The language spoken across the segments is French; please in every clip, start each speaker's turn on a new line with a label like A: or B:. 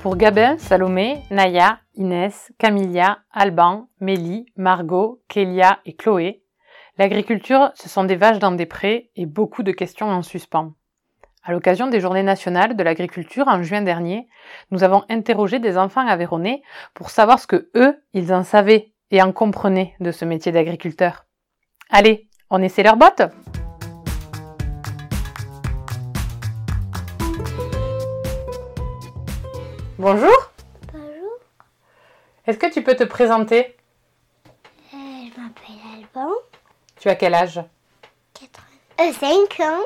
A: Pour Gabin, Salomé, Naya, Inès, Camilla, Alban, Mélie, Margot, Kélia et Chloé, l'agriculture, ce sont des vaches dans des prés et beaucoup de questions en suspens. À l'occasion des Journées nationales de l'agriculture en juin dernier, nous avons interrogé des enfants aveyronnais pour savoir ce que eux, ils en savaient et en comprenaient de ce métier d'agriculteur. Allez, on essaie leurs bottes Bonjour,
B: Bonjour,
A: est-ce que tu peux te présenter
B: euh, je m'appelle Alban,
A: Tu as quel âge
B: 5 ans, Euh,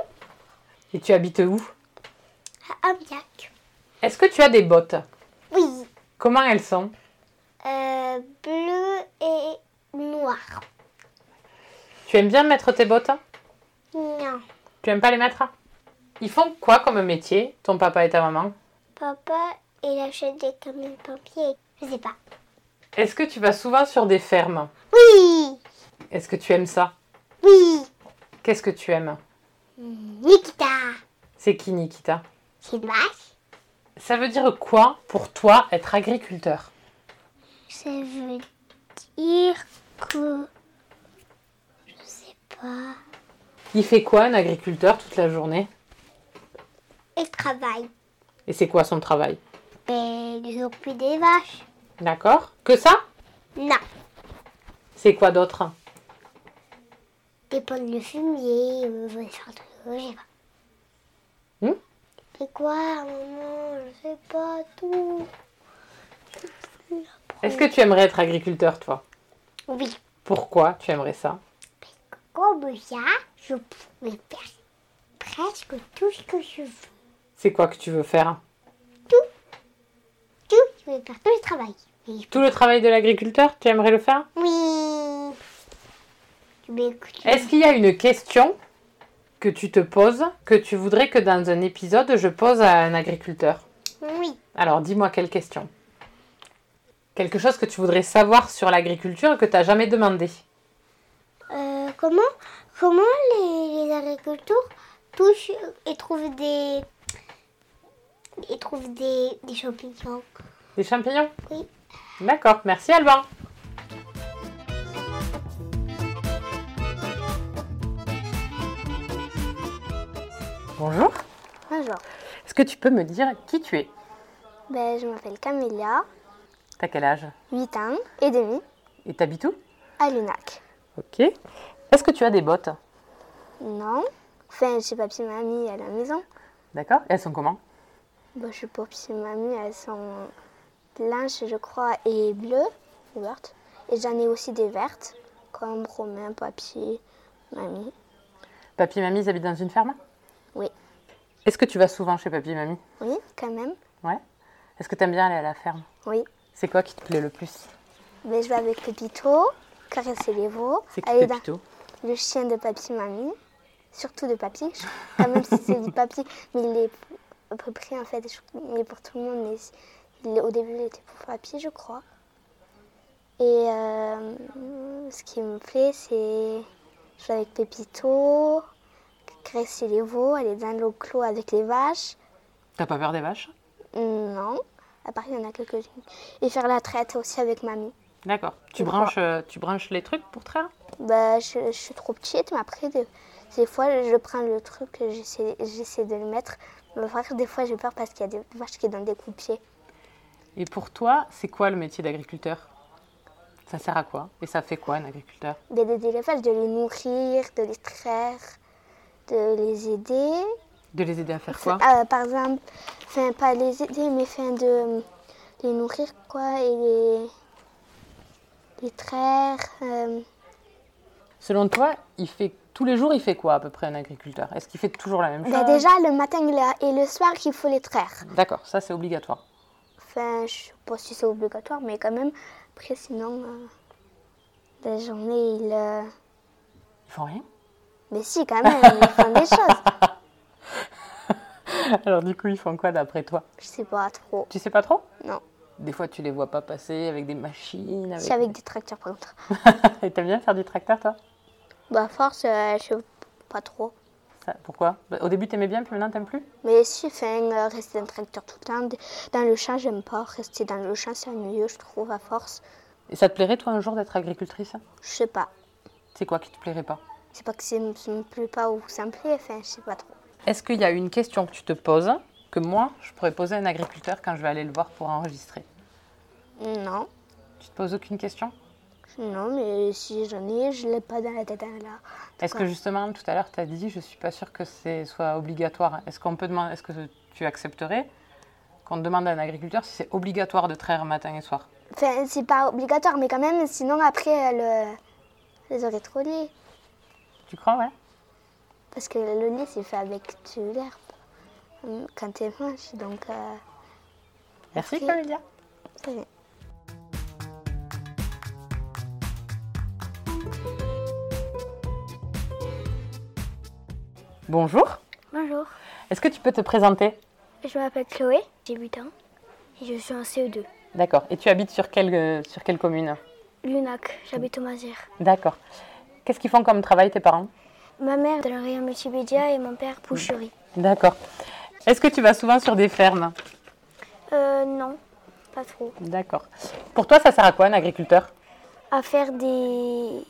A: et tu habites où
B: à Ambiac.
A: Est-ce que tu as des bottes
B: Oui,
A: Comment elles sont
B: euh, bleu et noir.
A: Tu aimes bien mettre tes bottes
B: Non,
A: Tu aimes pas les mettre Ils font quoi comme métier, ton papa et ta maman
B: papa, il achète des camions de pompiers. Je sais pas.
A: Est-ce que tu vas souvent sur des fermes
B: Oui,
A: Est-ce que tu aimes ça
B: oui,
A: Qu'est-ce que tu aimes
B: Nikita,
A: C'est qui Nikita
B: c'est une vache.
A: Ça veut dire quoi pour toi être agriculteur
B: Ça veut dire que. Je sais pas.
A: Il fait quoi un agriculteur toute la journée
B: Il travaille.
A: Et c'est quoi son travail
B: Mais ils ont plus des vaches.
A: D'accord Que ça
B: Non,
A: C'est quoi d'autre
B: des pommes de fumier, euh, faire de. Je sais pas.
A: Hmm
B: C'est quoi, maman Je sais pas tout.
A: Est-ce que tu aimerais être agriculteur toi
B: Oui,
A: Pourquoi tu aimerais ça
B: comme ça, je pourrais faire presque tout ce que je veux.
A: C'est quoi que tu veux faire
B: Tout, je vais faire tout le travail. Oui.
A: Tout le travail de l'agriculteur, tu aimerais le faire
B: Oui. Tu m'écoutes
A: Est-ce qu'il y a une question que tu te poses, que tu voudrais que dans un épisode je pose à un agriculteur
B: Oui.
A: Alors dis-moi quelle question. Quelque chose que tu voudrais savoir sur l'agriculture et que tu n'as jamais demandé.
B: Euh, comment comment les, les agriculteurs touchent euh, et trouvent des et trouvent des, des champignons
A: Des champignons
B: Oui.
A: D'accord, merci Alban. Bonjour.
B: Bonjour.
A: Est-ce que tu peux me dire qui tu es
B: Ben, je m'appelle Camélia,
A: T'as quel âge
B: 8 ans et demi,
A: Et t'habites où
B: à Lunac.
A: Ok. Est-ce que tu as des bottes
B: Non. Enfin, chez papier mamie à la maison.
A: D'accord. Elles sont comment
B: Bah, je sais pas, puis mamie, elles sont blanches, je crois, et bleues, ou vertes. Et j'en ai aussi des vertes, comme Romain, Papier, Mamie.
A: Papy et mamie, ils habitent dans une ferme
B: Oui.
A: Est-ce que tu vas souvent chez papy et mamie
B: Oui, quand même.
A: Est-ce que t'aimes bien aller à la ferme
B: Oui.
A: C'est quoi qui te plaît le plus
B: Mais je vais avec Pépito, caresser les veaux,
A: C'est qui
B: aller dans
A: Pépito
B: le chien de Papier Mamie, surtout de Papier, je- quand même si c'est du Papier, mais il est à peu près, en fait, je- il est pour tout le monde, mais il est- au début, il était pour Papier, je crois. Et euh, ce qui me plaît, c'est jouer avec Pépito, caresser les veaux, aller dans l'eau clos avec les vaches.
A: T'as pas peur des vaches
B: Non, à part il y en a quelques-unes. Et faire la traite aussi avec Mamie.
A: D'accord. Tu
B: Je
A: branches, euh, tu branches les trucs pour traire
B: Bah, je, je suis trop petite, mais après, des, des fois, je prends le truc, j'essaie j'essaie de le mettre. Mais après, des fois, j'ai peur parce qu'il y a des vaches qui donnent des coups de pied.
A: Et pour toi, c'est quoi le métier d'agriculteur Ça sert à quoi Et ça fait quoi un agriculteur
B: Mais D'aider les vaches, de les nourrir, de les traire, de les aider.
A: De les aider à faire quoi
B: Euh, par exemple, enfin, pas les aider, mais enfin, de euh, les nourrir, quoi, et les, les traire. euh,
A: Selon toi, il fait tous les jours, il fait quoi à peu près un agriculteur Est-ce qu'il fait toujours la même chose
B: bah, déjà, le matin et le- et le soir, il faut les traire.
A: D'accord, ça c'est obligatoire.
B: Enfin, je sais pas si c'est obligatoire, mais quand même,
C: Après, sinon, euh, la journée, ils. euh,
A: Ils font rien.
C: Mais si, quand même, ils font des choses.
A: Alors du coup, ils font quoi d'après toi
C: Je sais pas trop.
A: Tu sais pas trop
C: Non.
A: Des fois, tu les vois pas passer avec des machines. Avec...
C: Si, avec des tracteurs, par contre.
A: Et t'aimes bien faire du tracteur, toi
C: Bah, force, euh, je sais pas trop.
A: Ça, Pourquoi Bah, Au début, t'aimais bien, puis maintenant, t'aimes plus
C: Mais si, enfin, euh, rester dans le tracteur tout le temps, d- dans le champ, j'aime pas. Rester dans le champ, c'est ennuyeux, je trouve, à force.
A: Et ça te plairait, toi, un jour d'être agricultrice
C: Je sais pas.
A: C'est quoi qui te plairait pas
C: C'est pas que ça me ça me plaît pas ou que ça me plaît, enfin, je sais pas trop.
A: Est-ce qu'il y a une question que tu te poses que moi, je pourrais poser à un agriculteur quand je vais aller le voir pour enregistrer
C: Non.
A: Tu te poses aucune question
C: Non, mais si j'en ai, je l'ai pas dans la tête, hein, là.
A: Est-ce que justement, tout à l'heure, tu as dit, je suis pas sûre que ce soit obligatoire. Est-ce qu'on peut demander, est-ce que tu accepterais qu'on demande à un agriculteur si c'est obligatoire de traire matin et soir
C: Enfin, c'est pas obligatoire, mais quand même, sinon, après, euh, le... les aurait trop liés.
A: Tu crois, ouais
C: Parce que le lait, c'est fait avec de l'herbe hum, quand t'es moche, donc... euh,
A: Merci,
C: Merci.
A: Camélia.
C: très bien.
A: Bonjour.
B: Bonjour,
A: Est-ce que tu peux te présenter
B: je m'appelle Chloé, j'ai 8 ans et je suis en E CE2.
A: D'accord. Et tu habites sur quelle, euh, sur quelle commune
B: Lunac, j'habite au Mazir.
A: D'accord. Qu'est-ce qu'ils font comme travail tes parents
B: Ma mère dans le rayon multimédia et mon père boucherie.
A: D'accord. Est-ce que tu vas souvent sur des fermes
B: Euh, non, pas trop.
A: D'accord. Pour toi, ça sert à quoi un agriculteur
B: À faire des.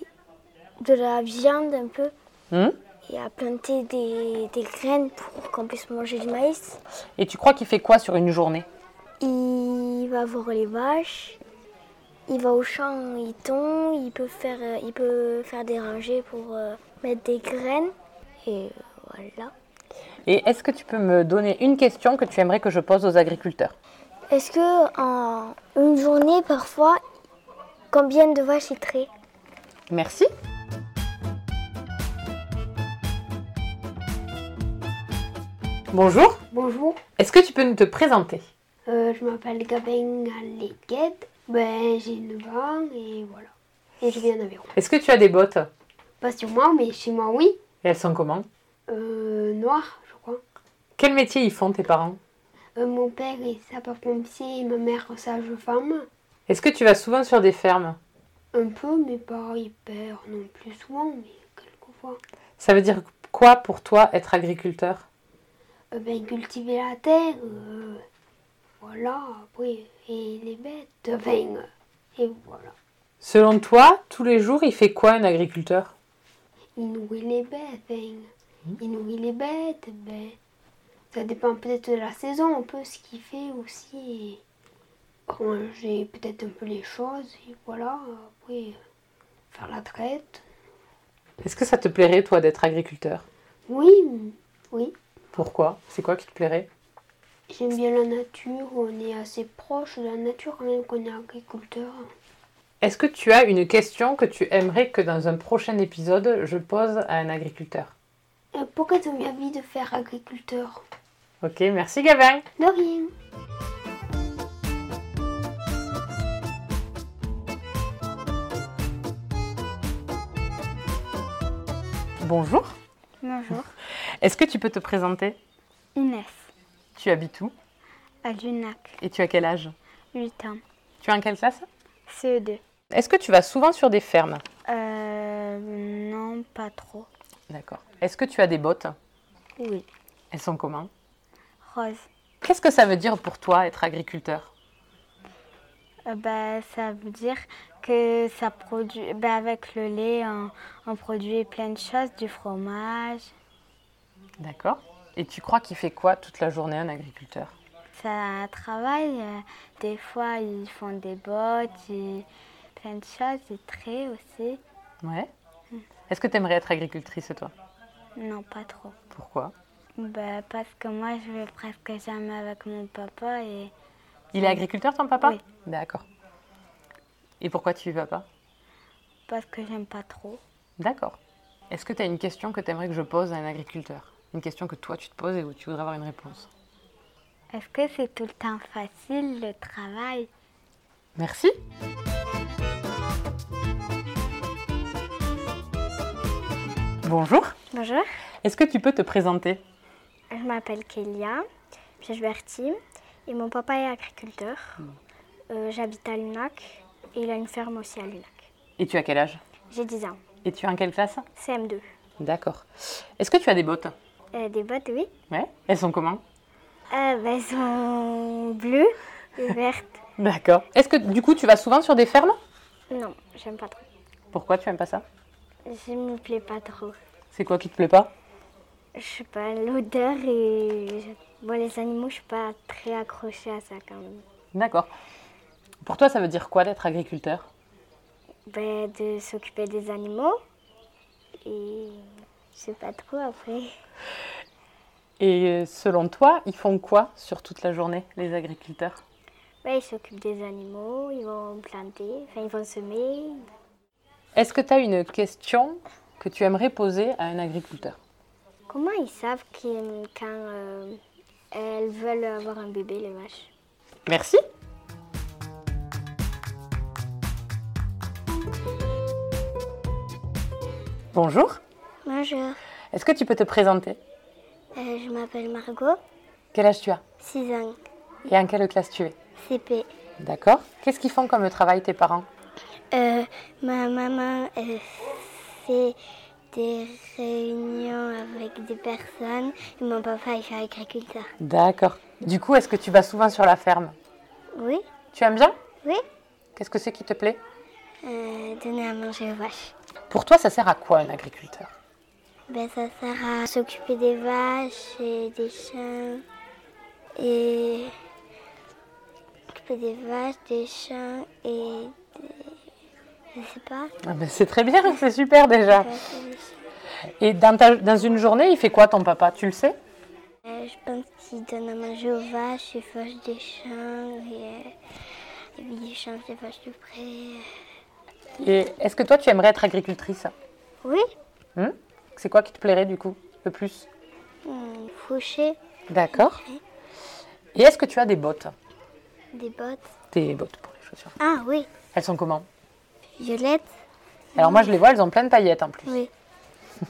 B: de la viande un peu
A: Hmm
B: et à planter des, des graines pour qu'on puisse manger du maïs.
A: Et tu crois qu'il fait quoi sur une journée
B: Il va voir les vaches, il va au champ, il tombe, il peut faire, euh, il peut faire des rangées pour euh, mettre des graines et voilà.
A: Et est-ce que tu peux me donner une question que tu aimerais que je pose aux agriculteurs
B: Est-ce que en une journée, parfois, combien de vaches est traitées
A: Merci. Bonjour.
D: Bonjour,
A: Est-ce que tu peux nous te présenter
D: euh, je m'appelle Gabin Leguette. Ben, j'ai 9 ans et voilà. Et je viens d'Aveyron.
A: Est-ce que tu as des bottes
D: Pas sur moi, mais chez moi, oui.
A: Et elles sont comment
D: Euh, noir, je crois.
A: Quel métier ils font tes parents
D: Euh, mon père est sapeur-pompier et ma mère sage-femme.
A: Est-ce que tu vas souvent sur des fermes
D: Un peu, mais pas hyper non plus souvent, mais quelquefois.
A: Ça veut dire quoi pour toi être agriculteur
D: Euh, ben, cultiver la terre, euh, voilà, après, et les bêtes, enfin, euh, et voilà.
A: Selon toi, tous les jours, il fait quoi un agriculteur
D: Il nourrit les bêtes, ben. Il nourrit les bêtes, ben. Ça dépend peut-être de la saison, un peu ce qu'il fait aussi. Et ranger peut-être un peu les choses, et voilà. Après, euh, faire la traite.
A: Est-ce que ça te plairait, toi, d'être agriculteur
D: Oui, mm, oui.
A: Pourquoi C'est quoi qui te plairait
D: J'aime bien la nature, on est assez proche de la nature quand même qu'on est agriculteur.
A: Est-ce que tu as une question que tu aimerais que dans un prochain épisode, je pose à un agriculteur
D: Euh, pourquoi t'as eu envie de faire agriculteur
A: Ok, merci Gavin
D: De rien
A: Bonjour
B: Bonjour,
A: Est-ce que tu peux te présenter
B: Inès,
A: Tu habites où
B: à Lunac,
A: Et tu as quel âge
B: 8 ans, E
A: Tu es en quelle classe
B: CE2.
A: Est-ce que tu vas souvent sur des fermes
B: Euh, non, pas trop.
A: D'accord. Est-ce que tu as des bottes
B: Oui.
A: Elles sont comment
B: Rose,
A: Qu'est-ce que ça veut dire pour toi être agriculteur
B: euh, bah, ça veut dire que ça produit, bah, avec le lait, on, on produit plein de choses, du fromage,
A: D'accord. Et tu crois qu'il fait quoi toute la journée un agriculteur
B: ça travaille. euh, Des fois, ils font des bottes, ils- plein de choses, des traits aussi.
A: Ouais. Est-ce que tu aimerais être agricultrice toi
B: Non, pas trop.
A: Pourquoi
B: Bah, parce que moi, je vais presque jamais avec mon papa et
A: Il est agriculteur ton papa
B: Oui.
A: D'accord. Et pourquoi tu y vas pas
B: parce que j'aime pas trop.
A: D'accord. Est-ce que tu as une question que tu aimerais que je pose à un agriculteur Une question que toi tu te poses et où tu voudrais avoir une réponse
B: Est-ce que c'est tout le temps facile le travail
A: Merci. Bonjour.
B: Bonjour,
A: Est-ce que tu peux te présenter
B: je m'appelle Kélia, je suis Bertie et mon papa est agriculteur. Euh, J'habite à Lunac et il a une ferme aussi à Lunac.
A: Et tu as quel âge
B: J'ai 10 ans,
A: Et tu es en quelle classe
B: CM2.
A: D'accord. Est-ce que tu as des bottes
B: Euh, des bottes, oui.
A: Ouais. Elles sont comment
B: Euh, bah, elles sont bleues et vertes.
A: D'accord. Est-ce que du coup tu vas souvent sur des fermes
B: Non, j'aime pas trop.
A: Pourquoi tu aimes pas ça
B: Je me plais pas trop.
A: C'est quoi qui te plaît pas
B: Je sais pas, l'odeur et. je- Bon, les animaux, je suis pas très accrochée à ça quand même.
A: D'accord. Pour toi, ça veut dire quoi d'être agriculteur
B: Ben, de s'occuper des animaux. Et. Je sais pas trop après.
A: Et selon toi, ils font quoi sur toute la journée, les agriculteurs
B: Ben, ils s'occupent des animaux, ils vont planter, enfin, ils vont semer.
A: Est-ce que tu as une question que tu aimerais poser à un agriculteur
B: Comment ils savent qu'ils- quand euh, elles veulent avoir un bébé, les vaches
A: Merci. Bonjour.
B: Bonjour,
A: Est-ce que tu peux te présenter
B: euh, je m'appelle Margot,
A: Quel âge tu as
B: 6 ans,
A: Et en quelle classe tu es
B: CP.
A: D'accord. Qu'est-ce qu'ils font comme travail tes parents
B: Euh, ma maman elle fait des réunions avec des personnes et mon papa il fait agriculteur.
A: D'accord. Du coup, est-ce que tu vas souvent sur la ferme
B: Oui,
A: Tu aimes bien
B: oui.
A: Qu'est-ce que c'est qui te plaît
B: Euh, donner à manger aux vaches.
A: Pour toi, ça sert à quoi un agriculteur
B: Ben, ça sert à s'occuper des vaches et des chiens. Et s'occuper des vaches, des chiens et des... je sais pas.
A: Ah ben, C'est très bien, c'est super déjà.
B: des vaches et des chiens.
A: Et dans, ta- dans une journée, il fait quoi ton papa Tu le sais
B: Euh, je pense qu'il donne à manger aux vaches, il fauche des chiens, et, euh, et puis il change les vaches de près.
A: Et est-ce que toi, tu aimerais être agricultrice
B: Oui,
A: Hmm C'est quoi qui te plairait du coup le plus
B: hum, faucher
A: D'accord. Et est-ce que tu as des bottes
B: des bottes.
A: Des bottes pour les chaussures.
B: Ah oui,
A: Elles sont comment
B: violette,
A: Alors moi, je les vois, elles ont plein de paillettes en plus.
B: oui.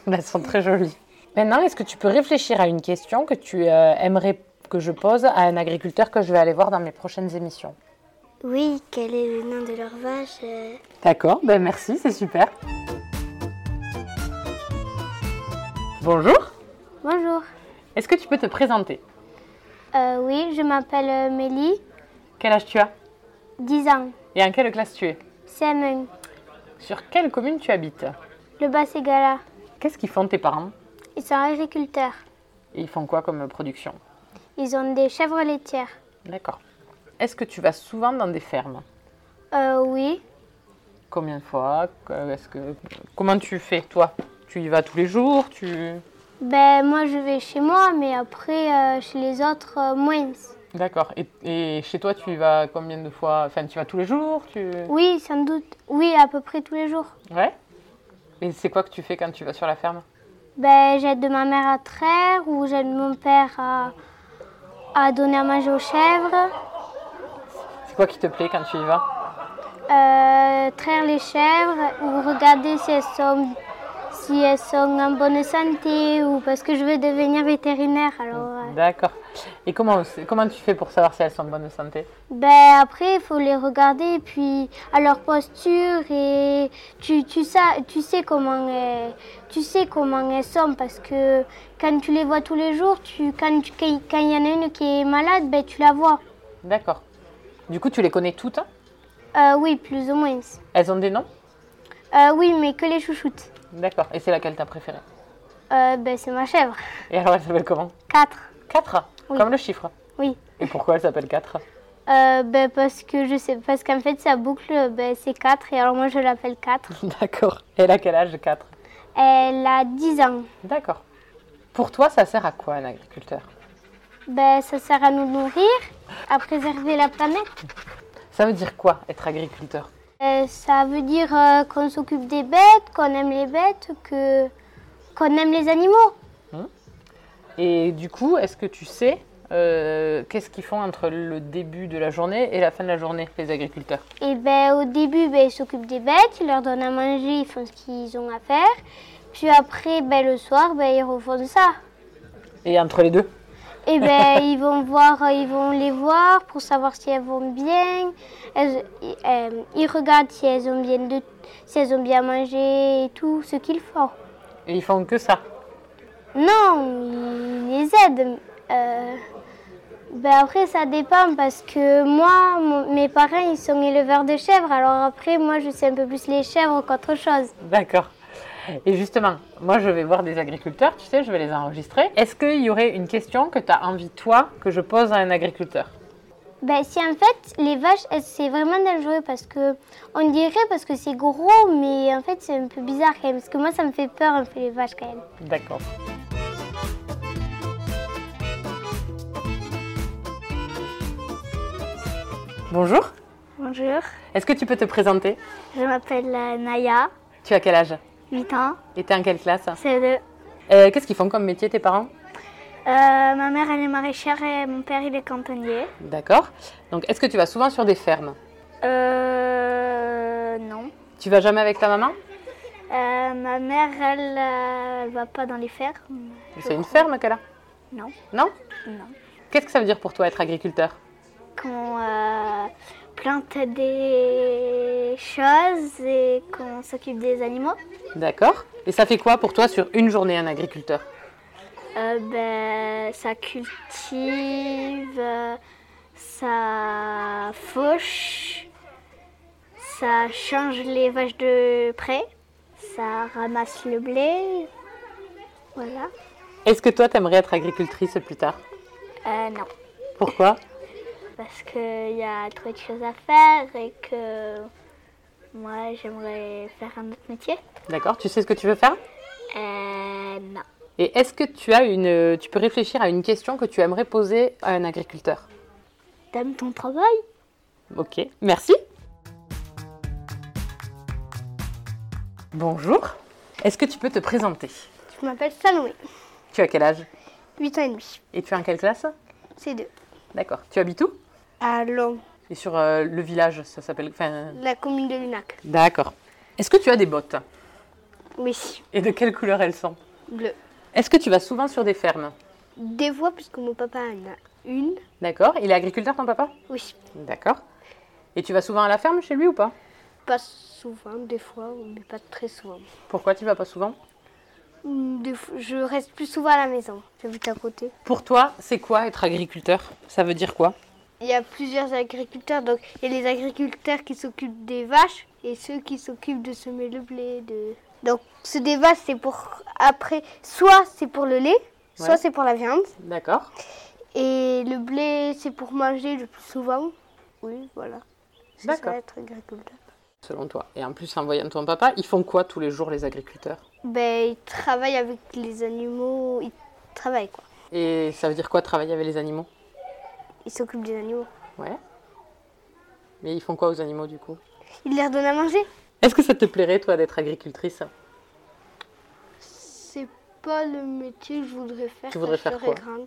A: Elles sont très jolies. Maintenant, est-ce que tu peux réfléchir à une question que tu euh, aimerais que je pose à un agriculteur que je vais aller voir dans mes prochaines émissions
B: Oui, quel est le nom de leur vache euh,
A: D'accord, ben merci, c'est super. Bonjour,
C: Bonjour. Euh,
A: est-ce que tu peux te présenter
C: oui, je m'appelle euh, Mélie,
A: Quel âge tu as
C: 10 ans,
A: Et en quelle classe tu es
C: CM1,
A: Sur quelle commune tu habites
C: le Bas-Ségala.
A: Qu'est-ce qu'ils font tes parents
C: Ils sont agriculteurs.
A: Et ils font quoi comme production
C: Ils ont des chèvres laitières.
A: D'accord. Est-ce que tu vas souvent dans des fermes
C: Euh, oui,
A: Combien de fois Euh, est-ce que... Comment tu fais, toi Tu y vas tous les jours tu...
C: ben moi je vais chez moi, mais après euh, chez les autres, euh, moins.
A: D'accord. Et, et chez toi, tu y vas combien de fois Enfin, tu y vas tous les jours tu...
C: Oui, sans doute. Oui, à peu près tous les jours.
A: Ouais. Et c'est quoi que tu fais quand tu vas sur la ferme
C: Ben, j'aide ma mère à traire ou j'aide mon père à, à donner à manger aux chèvres,
A: C'est quoi qui te plaît quand tu y vas
C: euh, traire les chèvres ou regarder si elles sont si elles sont en bonne santé ou parce que je veux devenir vétérinaire alors euh,
A: D'accord. Et comment, comment tu fais pour savoir si elles sont de bonne santé
C: ben après il faut les regarder et puis à leur posture et tu, tu sais tu sais comment elles, tu sais comment elles sont parce que quand tu les vois tous les jours tu quand tu- quand il y en a une qui est malade ben tu la vois
A: D'accord. Du coup, tu les connais toutes hein
C: Euh, oui, plus ou moins.
A: Elles ont des noms
C: Euh, oui, mais que les chouchoutes.
A: D'accord. Et c'est laquelle t'as préférée
C: Euh, ben, c'est ma chèvre.
A: Et alors, elles s'appellent comment
C: 4.
A: 4
C: Oui.
A: Comme le chiffre.
C: Oui.
A: Et pourquoi elles s'appellent 4
C: Euh, ben, parce que je sais, parce qu'en fait, sa boucle, ben, c'est 4. Et alors, moi, je l'appelle 4.
A: D'accord. Et elle a quel âge 4
C: Elle a 10 ans.
A: D'accord. Pour toi, ça sert à quoi un agriculteur
C: Ben, ça sert à nous nourrir, à préserver la planète.
A: Ça veut dire quoi être agriculteur
C: Euh, ça veut dire euh, qu'on s'occupe des bêtes, qu'on aime les bêtes, que qu'on aime les animaux.
A: Et du coup, est-ce que tu sais euh, qu'est-ce qu'ils font entre le début de la journée et la fin de la journée, les agriculteurs
C: Et ben, au début, ben, ils s'occupent des bêtes, ils leur donnent à manger, ils font ce qu'ils ont à faire.
B: Puis après, ben, le soir, ben, ils refont ça.
E: Et entre les deux
B: Et ben ils vont voir, euh, ils vont les voir pour savoir si elles vont bien. Elles- i- euh, ils regardent si elles ont bien de, si elles ont bien mangé et tout ce qu'ils font.
A: Et ils font que ça.
B: Non, ils les aident. Euh, ben après ça dépend parce que moi, mon- mes parents ils sont éleveurs de chèvres, alors après moi je sais un peu plus les chèvres qu'autre chose.
A: D'accord. Et justement, moi je vais voir des agriculteurs, tu sais, je vais les enregistrer. Est-ce qu'il y aurait une question que tu as envie, toi, que je pose à un agriculteur
B: Ben, si en fait, les vaches, elles- c'est vraiment dangereux parce que on dirait parce que c'est gros, mais en fait, c'est un peu bizarre quand même. Parce que moi, ça me fait peur, un peu les vaches quand même.
A: D'accord. Bonjour,
B: Bonjour,
A: est-ce que tu peux te présenter
B: je m'appelle euh, Naya,
A: Tu as quel âge
B: 8 ans,
A: Et t'es en quelle classe
B: CE2.
A: Euh, Qu'est-ce qu'ils font comme métier tes parents
B: ma mère, elle est maraîchère et mon père, il est cantonnier.
A: D'accord. Donc est-ce que tu vas souvent sur des fermes
B: Euh. Non.
A: Tu vas jamais avec ta maman
B: Euh, ma mère, elle, euh, elle va pas dans les fers.
A: C'est une ferme qu'elle a
B: Non.
A: Non
B: Non.
A: Qu'est-ce que ça veut dire pour toi être agriculteur
B: qu'on euh, plante des choses et qu'on s'occupe des animaux.
A: D'accord. Et ça fait quoi pour toi sur une journée un agriculteur
B: Euh, ben, ça cultive, euh, ça fauche, ça change les vaches de près, ça ramasse le blé. Voilà.
A: Est-ce que toi t'aimerais être agricultrice plus tard
B: Euh, non,
A: Pourquoi
B: parce qu'il y a trop de choses à faire et que moi j'aimerais faire un autre métier.
A: D'accord. Tu sais ce que tu veux faire
B: Euh, non.
A: Et est-ce que tu as une euh, tu peux réfléchir à une question que tu aimerais poser à un agriculteur
B: T'aimes ton travail
A: Ok. Merci. Bonjour. Est-ce que tu peux te présenter
B: Je m'appelle Salomé,
A: Tu as quel âge
B: 8 ans et demi,
A: Et tu es en quelle classe
B: c'est 2
A: D'accord. Tu habites où
B: À Long,
A: Et sur euh, le village, ça s'appelle. Enfin.
B: la commune de Lunac.
A: D'accord. Est-ce que tu as des bottes
B: Oui,
A: Et de quelle couleur elles sont
B: bleu.
A: Est-ce que tu vas souvent sur des fermes
B: Des voix, puisque mon papa en a une.
A: D'accord. Il est agriculteur, ton papa
B: Oui,
A: D'accord. Et tu vas souvent à la ferme chez lui ou pas
B: pas souvent, hein, des fois, mais pas très souvent.
A: Pourquoi tu vas pas souvent
B: Hum, des fois- je reste plus souvent à la maison, j'habite à côté.
A: Pour toi, c'est quoi être agriculteur Ça veut dire quoi
B: Il y a plusieurs agriculteurs, donc il y a les agriculteurs qui s'occupent des vaches et ceux qui s'occupent de semer le blé. De... Donc ceux des vaches, c'est pour après, soit c'est pour le lait, soit
A: Ouais.
B: c'est pour la viande.
A: D'accord.
B: Et le blé, c'est pour manger le plus souvent. Oui, voilà. C'est
A: D'accord.
B: ça, être agriculteur.
A: Selon toi. Et en plus, en voyant ton papa, ils font quoi tous les jours les agriculteurs
B: Ben, ils travaillent avec les animaux. Ils travaillent, quoi.
A: Et ça veut dire quoi travailler avec les animaux
B: Ils s'occupent des animaux.
A: Ouais. Mais ils font quoi aux animaux du coup
B: Ils leur donnent à manger.
A: Est-ce que ça te plairait toi d'être agricultrice
B: C'est pas le métier que je voudrais faire
A: Tu voudrais
B: quand je
A: faire quoi
B: serai grande.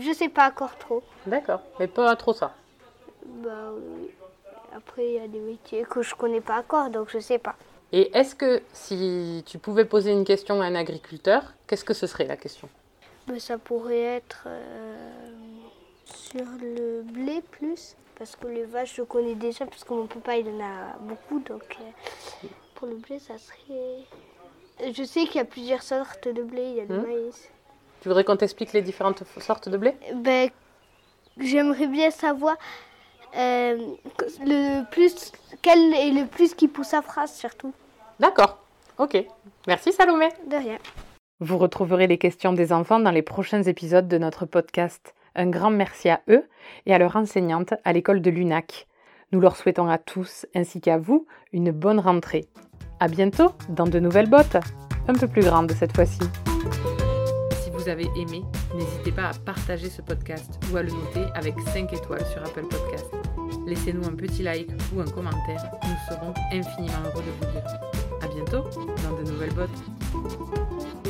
B: Je sais pas encore trop.
A: D'accord. Mais pas trop ça.
B: Bah oui. Après, il y a des métiers que je connais pas encore, donc je sais pas.
A: Et est-ce que si tu pouvais poser une question à un agriculteur, qu'est-ce que ce serait la question
B: Ben, ça pourrait être euh, sur le blé plus, parce que les vaches, je connais déjà, parce que mon papa, il en a beaucoup, donc euh, pour le blé, ça serait... Je sais qu'il y a plusieurs sortes de blé, il y a le
A: Mhm.
B: maïs.
A: Tu voudrais qu'on t'explique les différentes f- sortes de blé
B: Ben, j'aimerais bien savoir euh, le plus, quel est le plus qui pousse à phrase, surtout.
A: D'accord. Ok. Merci Salomé.
B: De rien.
A: Vous retrouverez les questions des enfants dans les prochains épisodes de notre podcast. Un grand merci à eux et à leur enseignante à l'école de Lunac. Nous leur souhaitons à tous, ainsi qu'à vous, une bonne rentrée. À bientôt dans de nouvelles bottes, un peu plus grandes cette fois-ci. Si vous avez aimé, n'hésitez pas à partager ce podcast ou à le noter avec 5 étoiles sur Apple Podcast. Laissez-nous un petit like ou un commentaire, nous serons infiniment heureux de vous lire. À bientôt dans de nouvelles bottes.